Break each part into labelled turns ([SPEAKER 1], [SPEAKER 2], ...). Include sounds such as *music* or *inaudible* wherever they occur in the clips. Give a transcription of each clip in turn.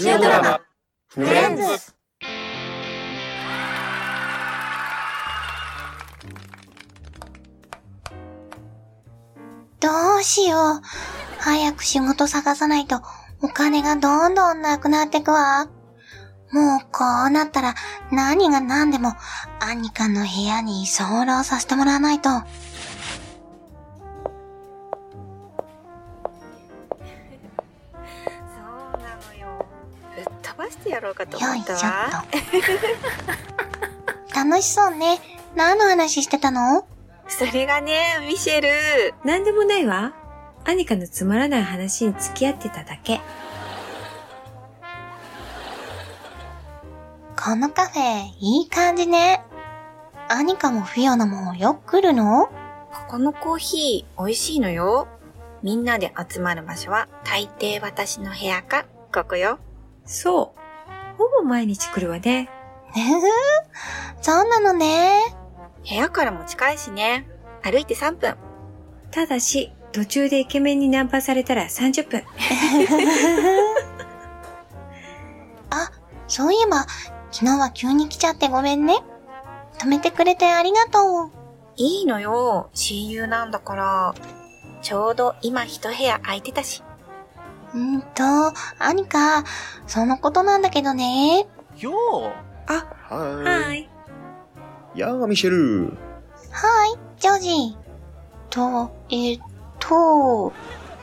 [SPEAKER 1] ジオドラマ
[SPEAKER 2] フレンズ
[SPEAKER 3] どうしよう。早く仕事探さないとお金がどんどんなくなってくわ。もうこうなったら何が何でもアンニカの部屋に居候させてもらわないと。
[SPEAKER 4] そうなのよ。ぶっ飛ばしてやろうかと
[SPEAKER 3] よ
[SPEAKER 4] 思
[SPEAKER 3] い
[SPEAKER 4] っ
[SPEAKER 3] しょ
[SPEAKER 4] た
[SPEAKER 3] っ
[SPEAKER 4] わ。
[SPEAKER 3] と。楽しそうね。何の話してたの
[SPEAKER 4] それがね、ミシェル。なんでもないわ。アニカのつまらない話に付き合ってただけ。
[SPEAKER 3] このカフェ、いい感じね。アニカもフィオナもよく来るの
[SPEAKER 4] ここのコーヒー、美味しいのよ。みんなで集まる場所は、大抵私の部屋か、ここよ。そう。ほぼ毎日来るわね。
[SPEAKER 3] ふふそうなのね。
[SPEAKER 4] 部屋からも近いしね。歩いて3分。
[SPEAKER 5] ただし、途中でイケメンにナンパされたら30分。
[SPEAKER 3] そういえば、昨日は急に来ちゃってごめんね。止めてくれてありがとう。
[SPEAKER 4] いいのよ。親友なんだから。ちょうど今一部屋空いてたし。
[SPEAKER 3] んーと、アニカ、そのことなんだけどね。
[SPEAKER 2] よ
[SPEAKER 5] あ、
[SPEAKER 2] うは
[SPEAKER 5] は
[SPEAKER 2] ー
[SPEAKER 5] い。
[SPEAKER 2] い。やあ、ミシェル。
[SPEAKER 3] はい、ジョージ。と、えっと、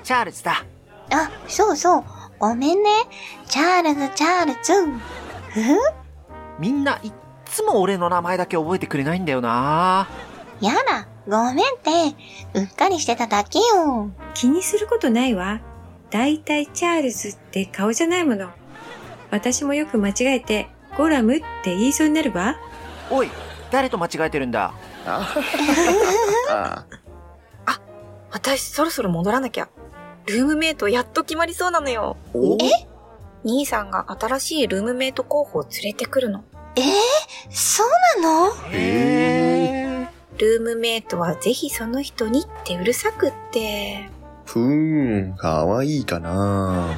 [SPEAKER 1] チャールズだ
[SPEAKER 3] あ、そうそう、ごめんね。チャールズ、チャールズ。ふふ、
[SPEAKER 1] みんないっつも俺の名前だけ覚えてくれないんだよな
[SPEAKER 3] やだ、ごめんって、うっかりしてただけよ。
[SPEAKER 5] 気にすることないわ。だいたいチャールズって顔じゃないもの。私もよく間違えて、ゴラムって言いそうになるわ。
[SPEAKER 1] おい誰と間違えてるんだ
[SPEAKER 2] ああ
[SPEAKER 4] 私そろそろ戻らなきゃ。ルームメイトやっと決まりそうなのよ。
[SPEAKER 2] お
[SPEAKER 4] 兄さんが新しいルームメイト候補を連れてくるの。
[SPEAKER 3] えー、 *laughs* そうなの
[SPEAKER 2] へ
[SPEAKER 4] ルームメイトはぜひその人にってうるさくって。
[SPEAKER 2] ふーん、かわいいかな。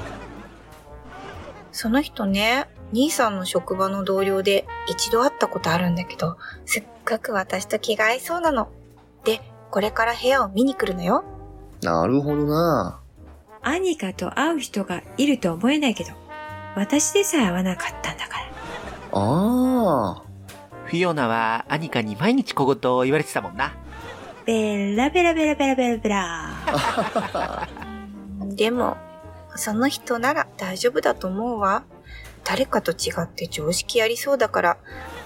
[SPEAKER 4] その人ね、兄さんの職場の同僚で一度会ったことあるんだけど、すっごく私と気が合いそうなの。で、これから部屋を見に来るのよ。
[SPEAKER 2] なるほどな。
[SPEAKER 5] アニカと会う人がいると思えないけど、私でさえ会わなかったんだから。
[SPEAKER 2] あ
[SPEAKER 1] フィオナはアニカに毎日小言を言われてたもんな
[SPEAKER 5] ベラベラベラベラベラベラ。
[SPEAKER 4] でも、その人なら大丈夫だと思うわ。誰かと違って常識ありそうだから、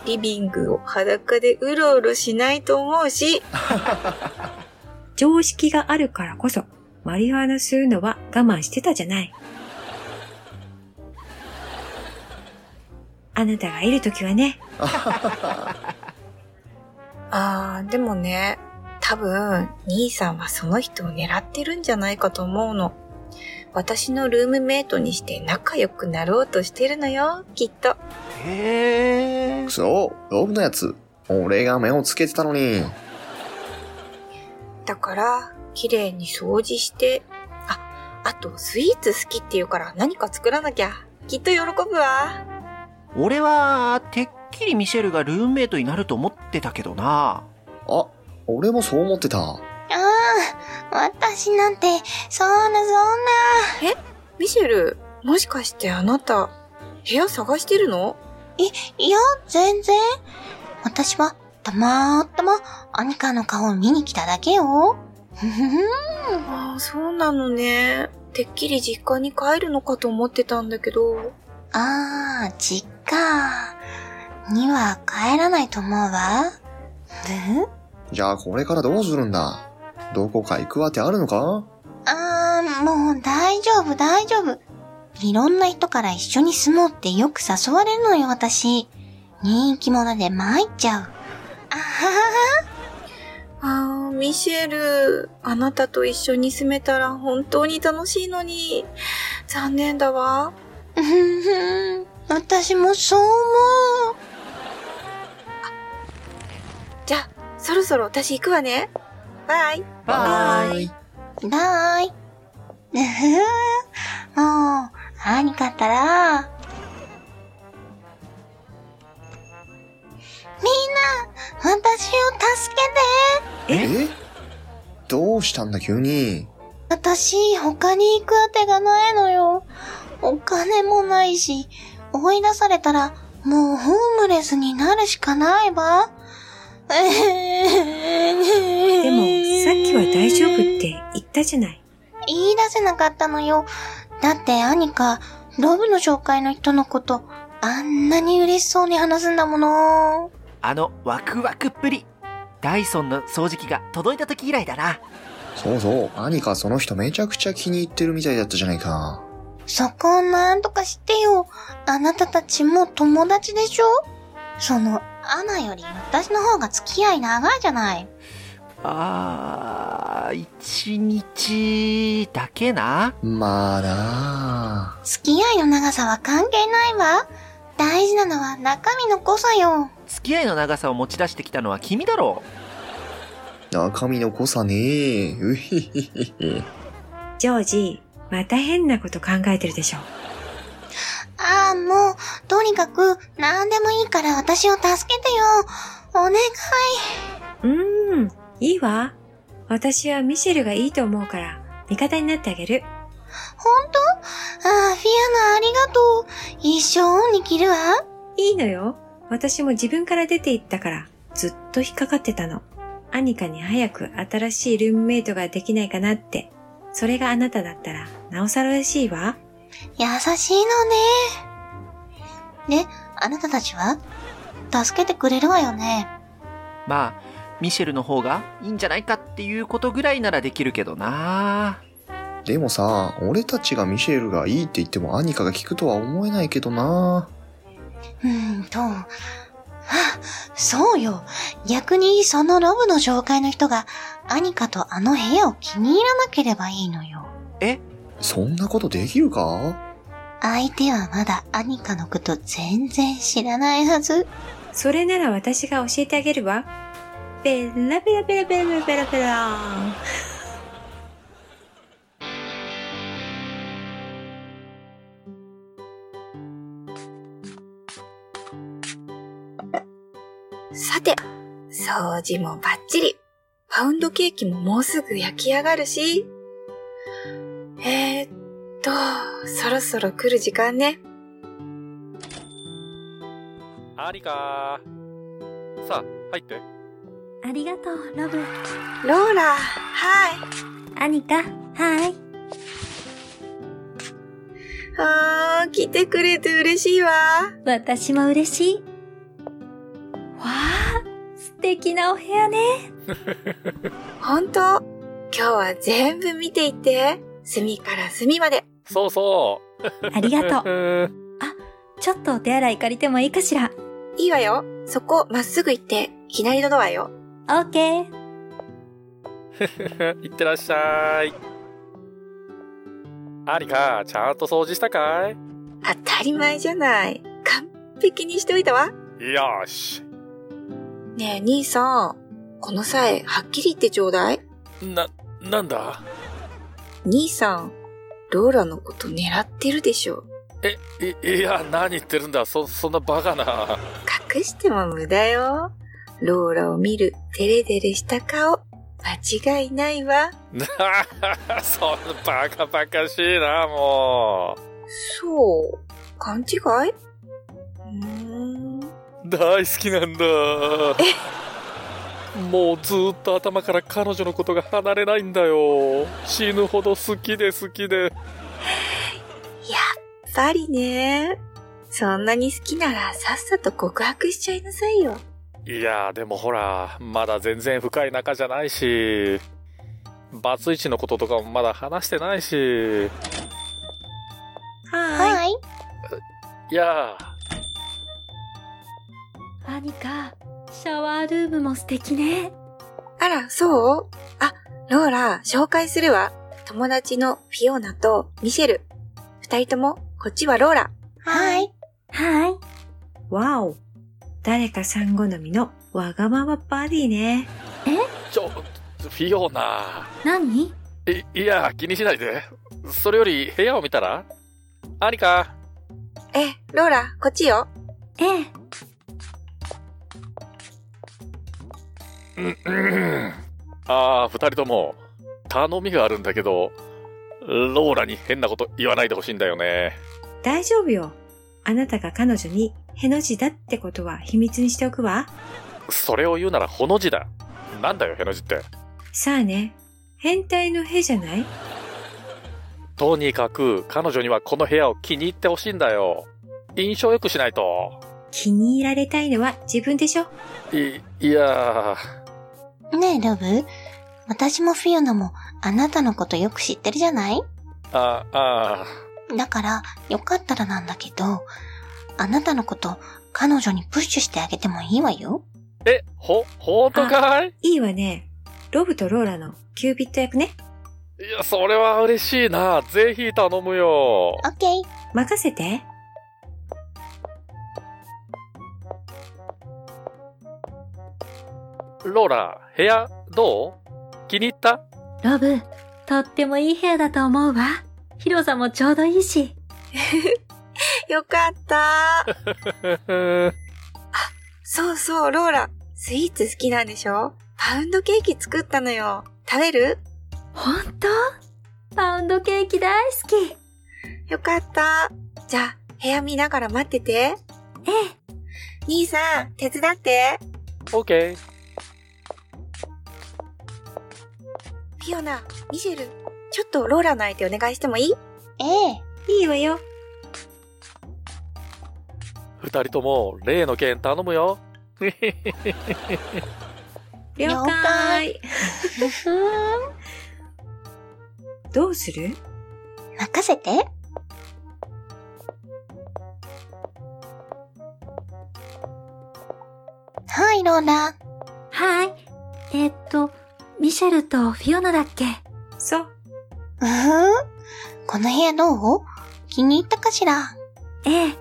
[SPEAKER 4] リビングを裸でうろうろしないと思うし、
[SPEAKER 5] 常識があるからこそ、マリファナ吸うのは我慢してたじゃない。あなたがいるときはね、
[SPEAKER 4] あー、でもね、多分、兄さんはその人を狙ってるんじゃないかと思うの。私のルームメイトにして仲良くなろうとしてるのよ、きっと。
[SPEAKER 1] へえ
[SPEAKER 2] あ。くそ、ロブのやつ。俺が目をつけてたのに。
[SPEAKER 4] だから、綺麗に掃除して、あ、あと、スイーツ好きって言うから何か作らなきゃ。きっと喜ぶわ。
[SPEAKER 1] 俺はてっきりミシェルがルームメイトになると思ってたけどな
[SPEAKER 2] あ、俺もそう思ってた。
[SPEAKER 3] ああ、私なんて、そんなそんな。
[SPEAKER 4] ミシェル、もしかしてあなた、部屋探してるの
[SPEAKER 3] いや、全然。私は、たまーたま、アニカの顔を見に来ただけよ。ふふふ
[SPEAKER 4] ああ、そうなのね。てっきり実家に帰るのかと思ってたんだけど。
[SPEAKER 3] あー、実家には帰らないと思うわ。ぶ
[SPEAKER 2] じゃあこれからどうするんだどこか行くわけあるのか
[SPEAKER 3] あー、もう大丈夫、大丈夫。いろんな人から一緒に住もうってよく誘われるのよ、私。人気者で参っちゃう。あははは。
[SPEAKER 4] ああ、ミシェル、あなたと一緒に住めたら本当に楽しいのに。残念だわ。
[SPEAKER 3] うふふ私もそう思う。
[SPEAKER 4] じゃあ、そろそろ私行くわね。バイ。
[SPEAKER 1] バ
[SPEAKER 2] イ。
[SPEAKER 3] *laughs* バーイ。うふふもう、何かあったら、私を助けて
[SPEAKER 2] えどうしたんだ急に。
[SPEAKER 3] 私、他に行くあてがないのよ。お金もないし、追い出されたら、もうホームレスになるしかないわ。で
[SPEAKER 5] でも、さっきは大丈夫って言ったじゃない。
[SPEAKER 3] 言い出せなかったのよ。だって、アニカ、ロブの紹介の人のこと、あんなに嬉しそうに話すんだもの。
[SPEAKER 1] あのワクワクっぷりダイソンの掃除機が届いた時以来だな
[SPEAKER 2] そうそう、アニカその人めちゃくちゃ気に入ってるみたいだったじゃないか。
[SPEAKER 3] そこをなんとかしてよ。あなたたちも友達でしょその、アナより私の方が付き合い長いじゃない。
[SPEAKER 1] あー一日だけな
[SPEAKER 2] まあなあ。
[SPEAKER 3] 付き合いの長さは関係ないわ。大事なのは中身の濃さよ。
[SPEAKER 1] 付き合いの長さを持ち出してきたのは君だろ
[SPEAKER 2] 中身の濃さねえ。 *laughs* うひひひひ。
[SPEAKER 5] ジョージ、また変なこと考えてるでしょ。
[SPEAKER 3] ああ、もう、とにかく、何でもいいから私を助けてよ。お願い。
[SPEAKER 5] うーん、いいわ。私はミシェルがいいと思うから、味方になってあげる。
[SPEAKER 3] 本当ああ、フィアナありがとう。一生オンに着るわ。
[SPEAKER 5] いいのよ。私も自分から出て行ったから、ずっと引っかかってたの。アニカに早く新しいルームメイトができないかなって。それがあなただったら、なおさら嬉しいわ。
[SPEAKER 3] 優しいのね。で、あなたたちは助けてくれるわよね。
[SPEAKER 1] うまあミシェルの方がいいんじゃないかっていうことぐらいならできるけどな
[SPEAKER 2] でもさ、俺たちがミシェルがいいって言ってもアニカが聞くとは思えないけどな。
[SPEAKER 3] うーんと、あ、そうよ。逆にそのロブの紹介の人が、アニカとあの部屋を気に入らなければいいのよ。
[SPEAKER 2] そんなことできるか
[SPEAKER 3] 相手はまだアニカのこと全然知らないはず。
[SPEAKER 5] それなら私が教えてあげるわ。ペラペラペラペラペラペラ
[SPEAKER 4] さて、掃除もバッチリ。パウンドケーキももうすぐ焼き上がるし。えー、っと、そろそろ来る時間ね。
[SPEAKER 6] ありかーさあ、入って。
[SPEAKER 7] ありがとう、ロブ。
[SPEAKER 4] ローラ、は
[SPEAKER 7] アニカ、はい。
[SPEAKER 4] い。あー、来てくれて嬉しいわ。
[SPEAKER 7] 私も嬉しい。わあ、素敵なお部屋ね。
[SPEAKER 4] 本当今日は全部見ていって。隅から隅まで。
[SPEAKER 6] そうそ
[SPEAKER 7] ありがとう。
[SPEAKER 6] う。
[SPEAKER 7] ちょっとお手洗い借りてもいいかしら。
[SPEAKER 4] いいわよ。そこ、まっすぐ行って、左のドアよ。
[SPEAKER 7] オーケー。
[SPEAKER 6] *laughs* いってらっしゃい。ありか、ちゃんと掃除したかい
[SPEAKER 4] 当たり前じゃない。完璧にしておいたわ。
[SPEAKER 6] よし。
[SPEAKER 4] ねえ、兄さん。この際、はっきり言ってちょうだい。
[SPEAKER 6] な、なんだ
[SPEAKER 4] 兄さん、ローラのこと狙ってるでしょ。
[SPEAKER 6] え、い、いや、何言ってるんだ。そ、そんなバカな。 *laughs*
[SPEAKER 4] 隠しても無駄よ。ローラを見る、デレデレした顔。間違いないわ。
[SPEAKER 6] そんなバカバカしいな、も
[SPEAKER 4] そう。勘違いうーん。
[SPEAKER 6] う。大好きなんだ。もうずーっと頭から彼女のことが離れないんだよ。死ぬほど好きで好きで。
[SPEAKER 4] やっぱりね。そんなに好きならさっさと告白しちゃいなさいよ。
[SPEAKER 6] いやーでもほら、まだ全然深い仲じゃないし、バツイチのこととかもまだ話してないし、
[SPEAKER 5] はーい。
[SPEAKER 3] い。
[SPEAKER 6] いや
[SPEAKER 7] アニカ、シャワールームも素敵ね。
[SPEAKER 4] あら、そうあ、ローラ、紹介するわ。友達のフィオナとミシェル。二人とも、こっちはローラ。
[SPEAKER 3] はい。
[SPEAKER 7] はい。
[SPEAKER 5] わお。誰かさん好みのわがままバディね。
[SPEAKER 6] ー、ちょ、フィオーナ
[SPEAKER 7] 何
[SPEAKER 6] い、いやー気にしないで。それより部屋を見たらアニカ、
[SPEAKER 4] え、ローラ、こっちよ。
[SPEAKER 7] ええ。
[SPEAKER 6] うんうんああ、二人とも、頼みがあるんだけど、ローラに変なこと言わないでほしいんだよね。
[SPEAKER 5] 大丈夫よ。あなたが彼女にへの字だってことは秘密にしておくわ。
[SPEAKER 6] それを言うならほの字だ。なんだよ、への字って。
[SPEAKER 5] さあね。変態のへじゃない
[SPEAKER 6] とにかく、彼女にはこの部屋を気に入ってほしいんだよ。印象良くしないと。
[SPEAKER 5] 気に入られたいのは自分でしょ。
[SPEAKER 6] い、いやー、
[SPEAKER 3] ねえ、ロブ。私もフィオナもあなたのことよく知ってるじゃない
[SPEAKER 6] あ、あ
[SPEAKER 3] だから、よかったらなんだけど、あなたのこと彼女にプッシュしてあげてもいいわよ。
[SPEAKER 6] ー。え、ほ、ほんとかい
[SPEAKER 5] いいわね。ロブとローラのキュービット役ね。
[SPEAKER 6] いや、それは嬉しいな。ぜひ頼むよ。
[SPEAKER 3] オッケー。
[SPEAKER 5] 任せて。
[SPEAKER 6] ローラ、部屋、どう気に入った *laughs*
[SPEAKER 7] ロブ、とってもいい部屋だと思うわ。広さもちょうどいいし。
[SPEAKER 4] よかった。そうそう、ローラ。スイーツ好きなんでしょパウンドケーキ作ったのよ。食べる
[SPEAKER 7] ほんとパウンドケーキ大好き。
[SPEAKER 4] よかった。じゃあ、部屋見ながら待ってて。
[SPEAKER 7] ええ。
[SPEAKER 4] 兄さん、手伝って。
[SPEAKER 6] オッケー。
[SPEAKER 4] フィオナ、ミシェル、ちょっとローラの相手お願いしてもいい
[SPEAKER 3] ええ。
[SPEAKER 5] いいわよ。
[SPEAKER 6] 二人とも、例の件頼むよ。
[SPEAKER 5] 了
[SPEAKER 3] 了
[SPEAKER 5] 解
[SPEAKER 3] 解。
[SPEAKER 5] どうする
[SPEAKER 3] 任せて。はい、ローラ。
[SPEAKER 7] はい。えっと、ミシェルとフィオナだっけ
[SPEAKER 5] そう。
[SPEAKER 3] うふん。この部屋どう気に入ったかしら
[SPEAKER 7] ええ。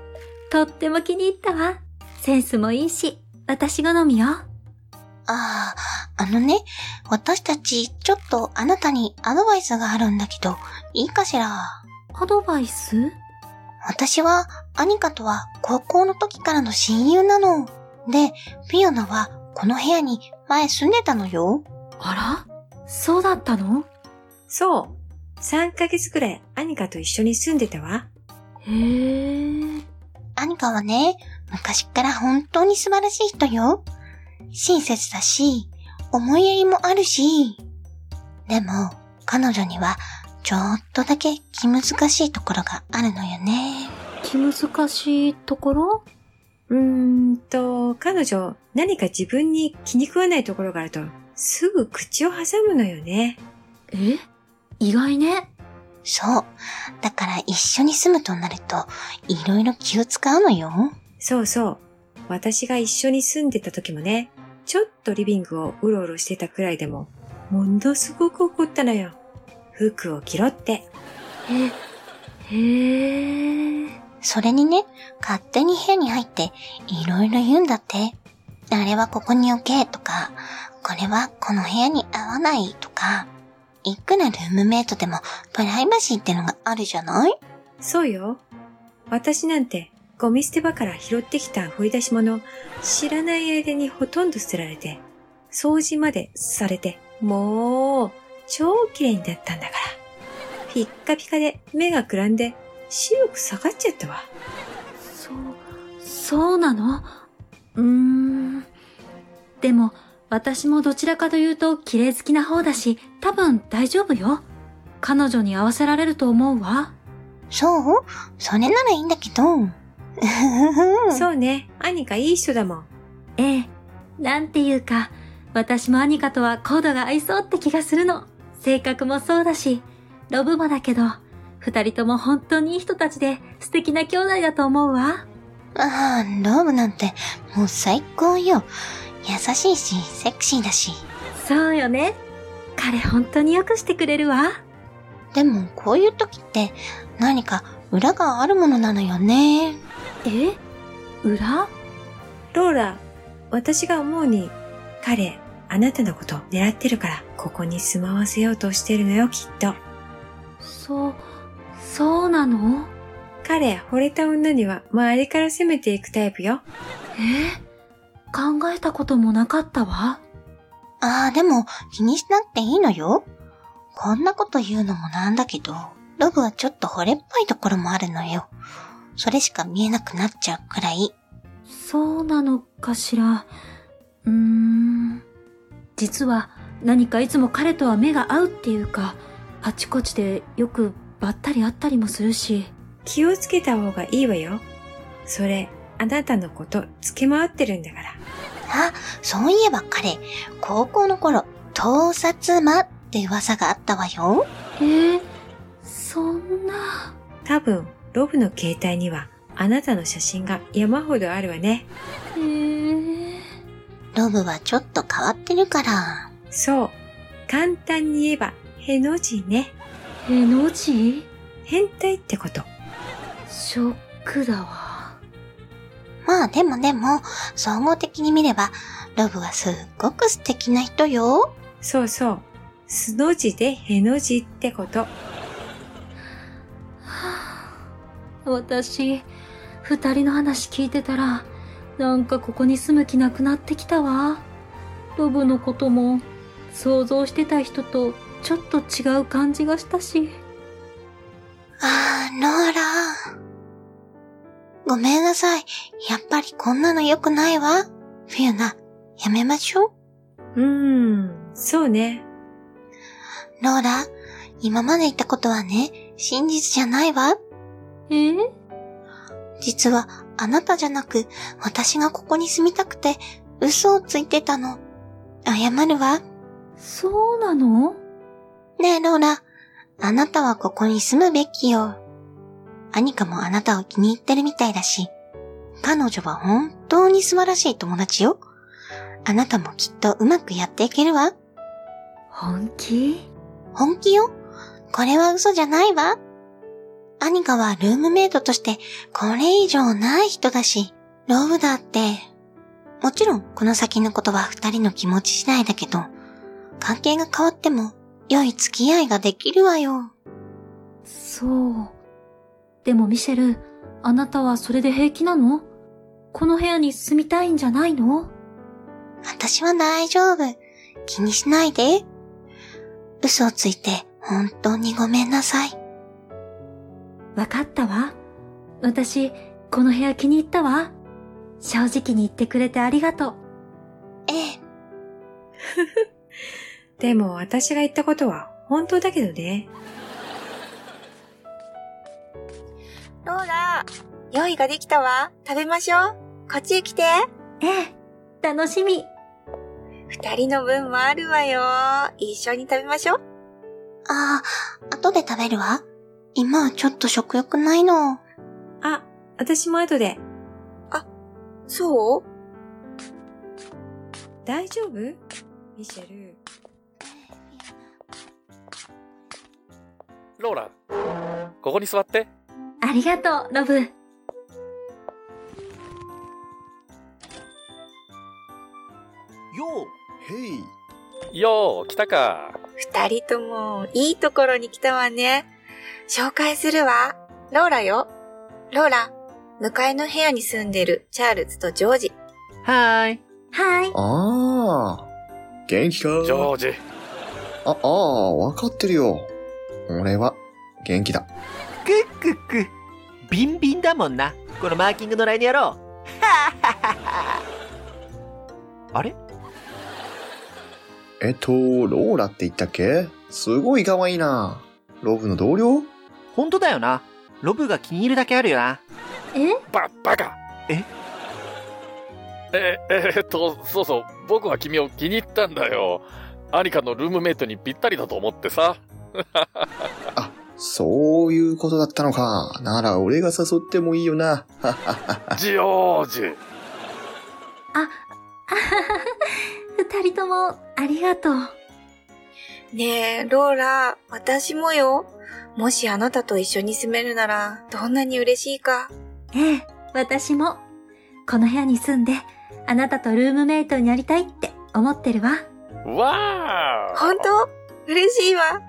[SPEAKER 7] とっても気に入ったわ。センスもいいし、私好みよ。
[SPEAKER 3] ああ、あのね、私たち、ちょっとあなたにアドバイスがあるんだけど、いいかしら
[SPEAKER 7] アドバイス
[SPEAKER 3] 私は、アニカとは高校の時からの親友なの。で、ピオナはこの部屋に前住んでたのよ。
[SPEAKER 7] あらそうだったの
[SPEAKER 5] そう。3ヶ月くらいアニカと一緒に住んでたわ。
[SPEAKER 7] へえ。
[SPEAKER 3] アニカはね、昔から本当に素晴らしい人よ。親切だし、思いやりもあるし。でも、彼女には、ちょっとだけ気難しいところがあるのよね。
[SPEAKER 7] 気難しいところ
[SPEAKER 5] うーんと、彼女、何か自分に気に食わないところがあると、すぐ口を挟むのよね。
[SPEAKER 7] え意外ね。
[SPEAKER 3] そう。だから一緒に住むとなると、いろいろ気を使うのよ。
[SPEAKER 5] そうそう。私が一緒に住んでた時もね、ちょっとリビングをうろうろしてたくらいでも、ものすごく怒ったのよ。服を着ろって。
[SPEAKER 7] え、へえ。
[SPEAKER 3] それにね、勝手に部屋に入って、いろいろ言うんだって。あれはここに置けとか、これはこの部屋に合わないとか、いくらルームメイトでもプライバシーってのがあるじゃない
[SPEAKER 5] そうよ。私なんて、ゴミ捨て場から拾ってきた掘り出し物、知らない間にほとんど捨てられて、掃除までされて、もう、超綺麗になったんだから。ピッカピカで目がくらんで、視力下がっちゃったわ。
[SPEAKER 7] そう、そうなのうーん。でも、私もどちらかというと綺麗好きな方だし、多分大丈夫よ。彼女に合わせられると思うわ。
[SPEAKER 3] そうそれならいいんだけど。 *laughs* うふふふ
[SPEAKER 5] そうね、アニカいい人だもん。
[SPEAKER 7] ええ。なんていうか、私もアニカとはコードが合いそうって気がするの。性格もそうだし、ロブもだけど、二人とも本当にいい人たちで素敵な兄弟だと思うわ。
[SPEAKER 3] ああ、ローブなんてもう最高よ。優しいし、セクシーだし。
[SPEAKER 7] そうよね。彼本当によくしてくれるわ。
[SPEAKER 3] でも、こういう時って何か裏があるものなのよね。
[SPEAKER 7] え裏
[SPEAKER 5] ローラ、私が思うに、彼、あなたのこと狙ってるから、ここに住まわせようとしてるのよ、きっと。
[SPEAKER 7] そう、そうなの
[SPEAKER 5] 彼、惚れた女には周りから攻めていくタイプよ。
[SPEAKER 7] え考えたこともなかったわ。
[SPEAKER 3] ああ、でも気にしなくていいのよ。こんなこと言うのもなんだけど、ロブはちょっと惚れっぽいところもあるのよ。それしか見えなくなっちゃうくらい。
[SPEAKER 7] そうなのかしら。うーん。実は何かいつも彼とは目が合うっていうか、あちこちでよくばったり会ったりもするし。
[SPEAKER 5] 気をつけた方がいいわよ。それ、あなたのこと、つけ回ってるんだから。
[SPEAKER 3] あ、そういえば彼、高校の頃、盗撮魔って噂があったわよ。
[SPEAKER 7] えー、そんな。
[SPEAKER 5] 多分、ロブの携帯には、あなたの写真が山ほどあるわね。
[SPEAKER 7] えー、
[SPEAKER 3] ロブはちょっと変わってるから。
[SPEAKER 5] そう。簡単に言えば、への字ね。
[SPEAKER 7] えの字
[SPEAKER 5] 変態ってこと。
[SPEAKER 7] ショックだわ。
[SPEAKER 3] まあでもでも、総合的に見れば、ロブはすっごく素敵な人よ。
[SPEAKER 5] そうそう。素の字でへの字ってこと。
[SPEAKER 7] 私、二人の話聞いてたら、なんかここに住む気なくなってきたわ。ロブのことも、想像してた人とちょっと違う感じがしたし。
[SPEAKER 3] あー、ノーラごめんなさい。やっぱりこんなの良くないわ。フィオナ、やめましょう。
[SPEAKER 5] うーん、そうね。
[SPEAKER 3] ローラ、今まで言ったことはね、真実じゃないわ。
[SPEAKER 7] えー、
[SPEAKER 3] 実は、あなたじゃなく、私がここに住みたくて、嘘をついてたの。謝るわ。
[SPEAKER 7] そうなの
[SPEAKER 3] ねえ、ローラ。あなたはここに住むべきよ。アニカもあなたを気に入ってるみたいだし、彼女は本当に素晴らしい友達よ。あなたもきっとうまくやっていけるわ。
[SPEAKER 7] 本気
[SPEAKER 3] 本気よ。これは嘘じゃないわ。アニカはルームメイトとしてこれ以上ない人だし、ロブだって。もちろんこの先のことは二人の気持ち次第だけど、関係が変わっても良い付き合いができるわよ。
[SPEAKER 7] そう。でもミシェル、あなたはそれで平気なのこの部屋に住みたいんじゃないの
[SPEAKER 3] 私は大丈夫。気にしないで。嘘をついて本当にごめんなさい。
[SPEAKER 7] わかったわ。私、この部屋気に入ったわ。正直に言ってくれてありがとう。
[SPEAKER 3] ええ、
[SPEAKER 5] でも私が言ったことは本当だけどね。
[SPEAKER 4] ローラ、用意ができたわ。食べましょう。こっちへ来て。
[SPEAKER 7] ええ、楽しみ。
[SPEAKER 4] 二人の分もあるわよ。一緒に食べましょう。
[SPEAKER 3] ああ、後で食べるわ。今はちょっと食欲ないの。
[SPEAKER 5] あ、私も後で。
[SPEAKER 4] そう
[SPEAKER 5] 大丈夫ミシェル。
[SPEAKER 6] ローラここに座って
[SPEAKER 7] ありがとう、ロブ。
[SPEAKER 1] よ
[SPEAKER 2] へい
[SPEAKER 6] よう来たか
[SPEAKER 4] 二人ともいいところに来たわね。紹介するわ。ローラよ。ローラ、向かいの部屋に住んでるチャールズとジョージ。
[SPEAKER 1] うはーい
[SPEAKER 7] はい。
[SPEAKER 2] ああ元気か
[SPEAKER 6] ジョージ
[SPEAKER 2] あ、ああ、わかってるよ。俺は、元気だ。
[SPEAKER 1] クックックビンビンだもんなこのマーキングのラインや *laughs* ろうはっはっはっはあれ
[SPEAKER 2] えっと、ローラって言ったっけすごい可愛いな。ロブの同僚
[SPEAKER 1] 本当だよなロブが気に入るだけあるよな
[SPEAKER 7] え
[SPEAKER 6] ババカ
[SPEAKER 1] え
[SPEAKER 6] ええーっとそうそう僕は君を気に入ったんだよアニカのルームメイトにぴったりだと思ってさ
[SPEAKER 2] そういうことだったのか。なら俺が誘ってもいいよな。
[SPEAKER 6] ジョージ
[SPEAKER 7] あははは二人とも、ありがとう。
[SPEAKER 4] ねえ、ローラ、私もよ。もしあなたと一緒に住めるなら、どんなに嬉しいか。
[SPEAKER 7] ええ、私も。この部屋に住んで、あなたとルームメイトになりたいって思ってるわ。
[SPEAKER 6] わ
[SPEAKER 4] 本当嬉しいわ。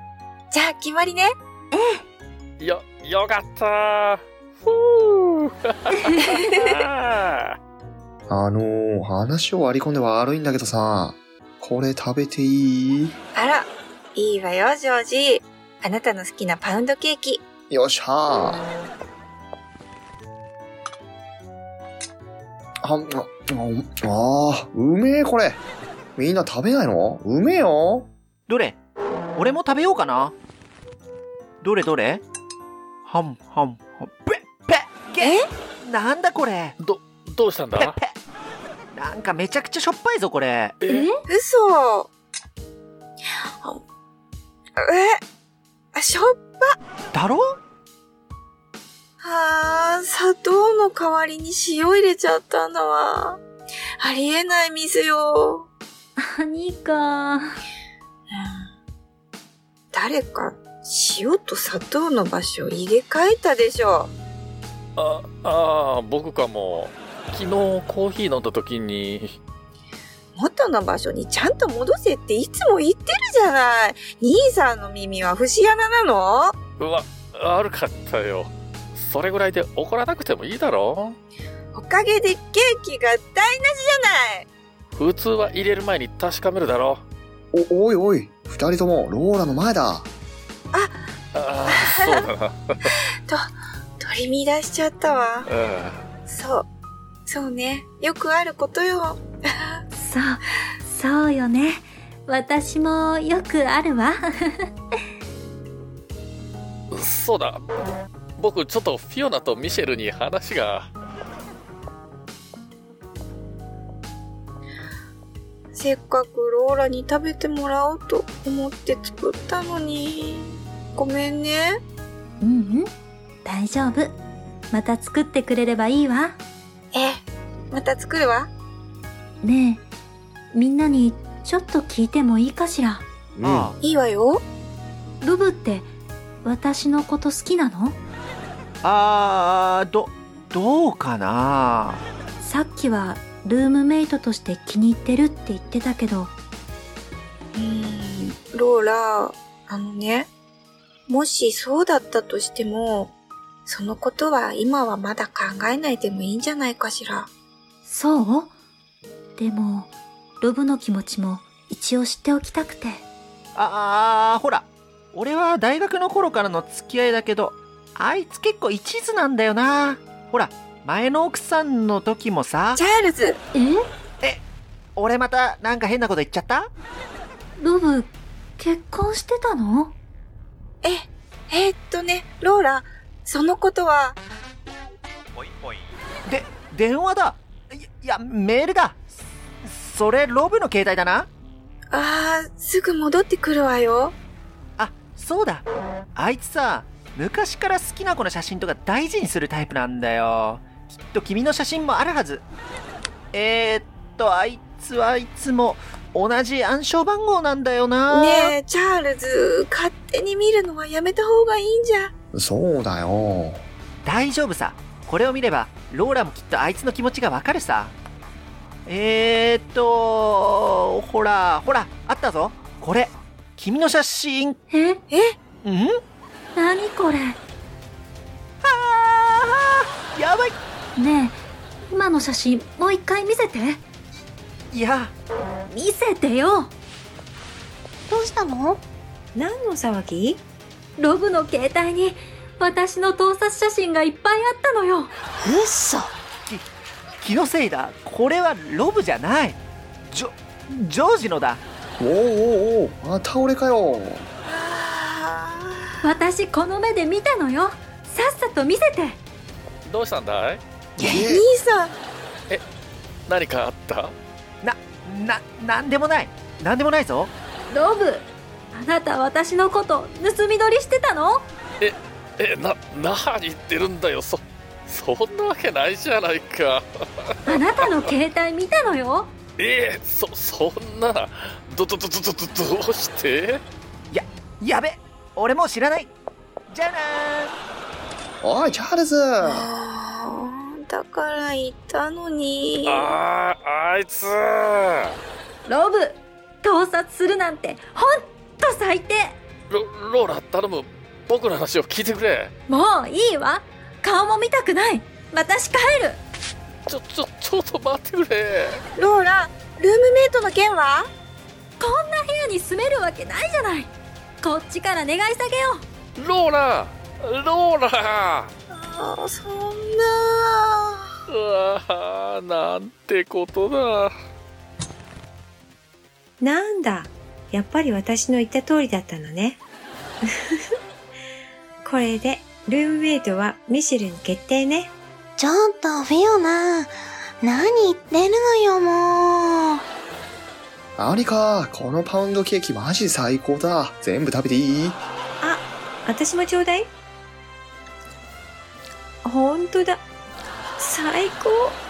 [SPEAKER 4] じゃあ、決まりね。
[SPEAKER 6] 当よよかったふう
[SPEAKER 2] あのー、話を割り込んで悪いんだけどさ、これ食べていい
[SPEAKER 4] あら、いいわよ、ジョージ。あなたの好きなパウンドケーキ。
[SPEAKER 2] よっしゃーあ、うんうんあー、うめえこれ。みんな食べないのうめえよ。
[SPEAKER 1] どれ俺も食べようかな。どれどれはんはんはん。ぺっぺっえなんだこれ
[SPEAKER 6] ど、どうしたん
[SPEAKER 1] ぺっ
[SPEAKER 6] だ
[SPEAKER 1] ぺっなんかめちゃくちゃしょっぱいぞこれ。
[SPEAKER 7] え
[SPEAKER 4] 嘘。あえあ、しょっ
[SPEAKER 1] だろ
[SPEAKER 4] ぱー、砂糖の代わりに塩入れちゃったんだわ。ありえない水よ。
[SPEAKER 7] 何か。
[SPEAKER 4] 誰か、塩と砂糖の場所入れ替えたでしょ。
[SPEAKER 6] あ、ああ、僕かも。昨日コーヒー飲んだ時に、
[SPEAKER 4] 元の場所にちゃんと戻せっていつも言ってるじゃない。兄さんの耳は節穴なの
[SPEAKER 6] うわ、悪かったよ。それぐらいで怒らなくてもいいだろ
[SPEAKER 4] おかげでケーキが台無しじゃない。
[SPEAKER 6] 普通は入れる前に確かめるだろ
[SPEAKER 2] お、おいおい、二人ともローラの前だ。
[SPEAKER 6] ああ、そうだな。
[SPEAKER 4] 取り乱しちゃったわ。
[SPEAKER 6] うん
[SPEAKER 4] そう。そうね。よくあることよ。
[SPEAKER 7] そう、そうよね。私もよくあるわ。 *laughs*
[SPEAKER 6] そうだ僕ちょっとフィオナとミシェルに話が
[SPEAKER 4] せっかくローラに食べてもらおうと思って作ったのに。ごめんね。
[SPEAKER 7] うんうん。大丈夫。また作ってくれればいいわ。
[SPEAKER 4] え、また作るわ。
[SPEAKER 7] ねえ、みんなにちょっと聞いてもいいかしら。
[SPEAKER 2] うん。
[SPEAKER 1] あ
[SPEAKER 4] いいわよ。
[SPEAKER 7] ロブって私のこと好きなの
[SPEAKER 1] ああーどどうかな
[SPEAKER 7] さっきはルームメイトとして気に入ってるって言ってたけど、
[SPEAKER 4] うーん、ローラ、あのね、もしそうだったとしても、そのことは今はまだ考えないでもいいんじゃないかしら。
[SPEAKER 7] そうでも、ロブの気持ちも一応知っておきたくて。
[SPEAKER 1] ああーほら俺は大学の頃からの付き合いだけどあいつ結構一途なんだよなほら前の奥さんの時もさ
[SPEAKER 4] チャールズ
[SPEAKER 7] え
[SPEAKER 1] 俺またなんか変なこと言っちゃった
[SPEAKER 7] ロブ、結婚してたの
[SPEAKER 4] え、えーっとね、ローラ、そのことは、
[SPEAKER 1] で電話だいいやメールだそそれロブの携帯だな
[SPEAKER 4] あー、すぐ戻ってくるわよ。
[SPEAKER 1] あそうだあいつさ昔から好きな子の写真とか大事にするタイプなんだよきっと君の写真もあるはずえー、っとあいつはいつも同じ暗証番号なんだよな
[SPEAKER 4] ねえ、チャールズ、勝手に見るのはやめた方がいいんじゃ。
[SPEAKER 2] そうだよ。
[SPEAKER 1] 大丈夫さこれを見ればローラもきっとあいつの気持ちがわかるさえー、っとほらほらあったぞこれ君の写真ん
[SPEAKER 7] え何これ
[SPEAKER 1] あーやばい
[SPEAKER 7] ねえ、今の写真もう一回見せて。
[SPEAKER 1] いや
[SPEAKER 7] 見せてよ
[SPEAKER 3] どうしたの
[SPEAKER 5] 何の騒ぎ
[SPEAKER 7] ロブの携帯に私の盗撮写真がいっぱいあったのよ。
[SPEAKER 3] 嘘
[SPEAKER 1] 気のせいだこれはロブじゃないジョジョージのだ
[SPEAKER 2] おおおうおうまた俺かよ。
[SPEAKER 4] あ
[SPEAKER 7] 私この目で見たのよ。さっさと見せて。
[SPEAKER 6] どうしたんだい
[SPEAKER 4] ー
[SPEAKER 2] え
[SPEAKER 4] 兄さん、
[SPEAKER 6] 何かあった
[SPEAKER 1] ななんでもないなんでもないぞ
[SPEAKER 7] ロブ、あなた私のこと盗み撮りしてたの
[SPEAKER 6] えな何言ってるんだよそそんなわけないじゃないか
[SPEAKER 7] あなたの携帯見たのよ。
[SPEAKER 6] えそそんなどどどどどどどうして
[SPEAKER 1] やべ俺もう知らないじゃあな
[SPEAKER 2] おい、チャールズ。
[SPEAKER 4] あーだから言ったのに。
[SPEAKER 6] あああいつ
[SPEAKER 7] ロブ、盗撮するなんてほんと最低。
[SPEAKER 6] ロローラ頼む僕の話を聞いてくれ
[SPEAKER 7] もういいわ。顔も見たくない。私帰る。
[SPEAKER 6] ちょちょちょっと待ってくれ
[SPEAKER 4] ローラ、ルームメイトの件は
[SPEAKER 7] に住めるわけないじゃないこっちから願い下げよ
[SPEAKER 6] ローラローラ
[SPEAKER 4] あーそんな
[SPEAKER 6] うわーなんてことだ
[SPEAKER 5] なんだ、やっぱり私の言った通りだったのね。 *laughs* これで、ルームメイトはミシェルに決定ね。
[SPEAKER 3] ちょっと、フィオナ。何言ってるのよ、もう。
[SPEAKER 2] アニカ、このパウンドケーキマジ最高だ。全部食べていい
[SPEAKER 5] 私もちょうだいほんとだ。最高。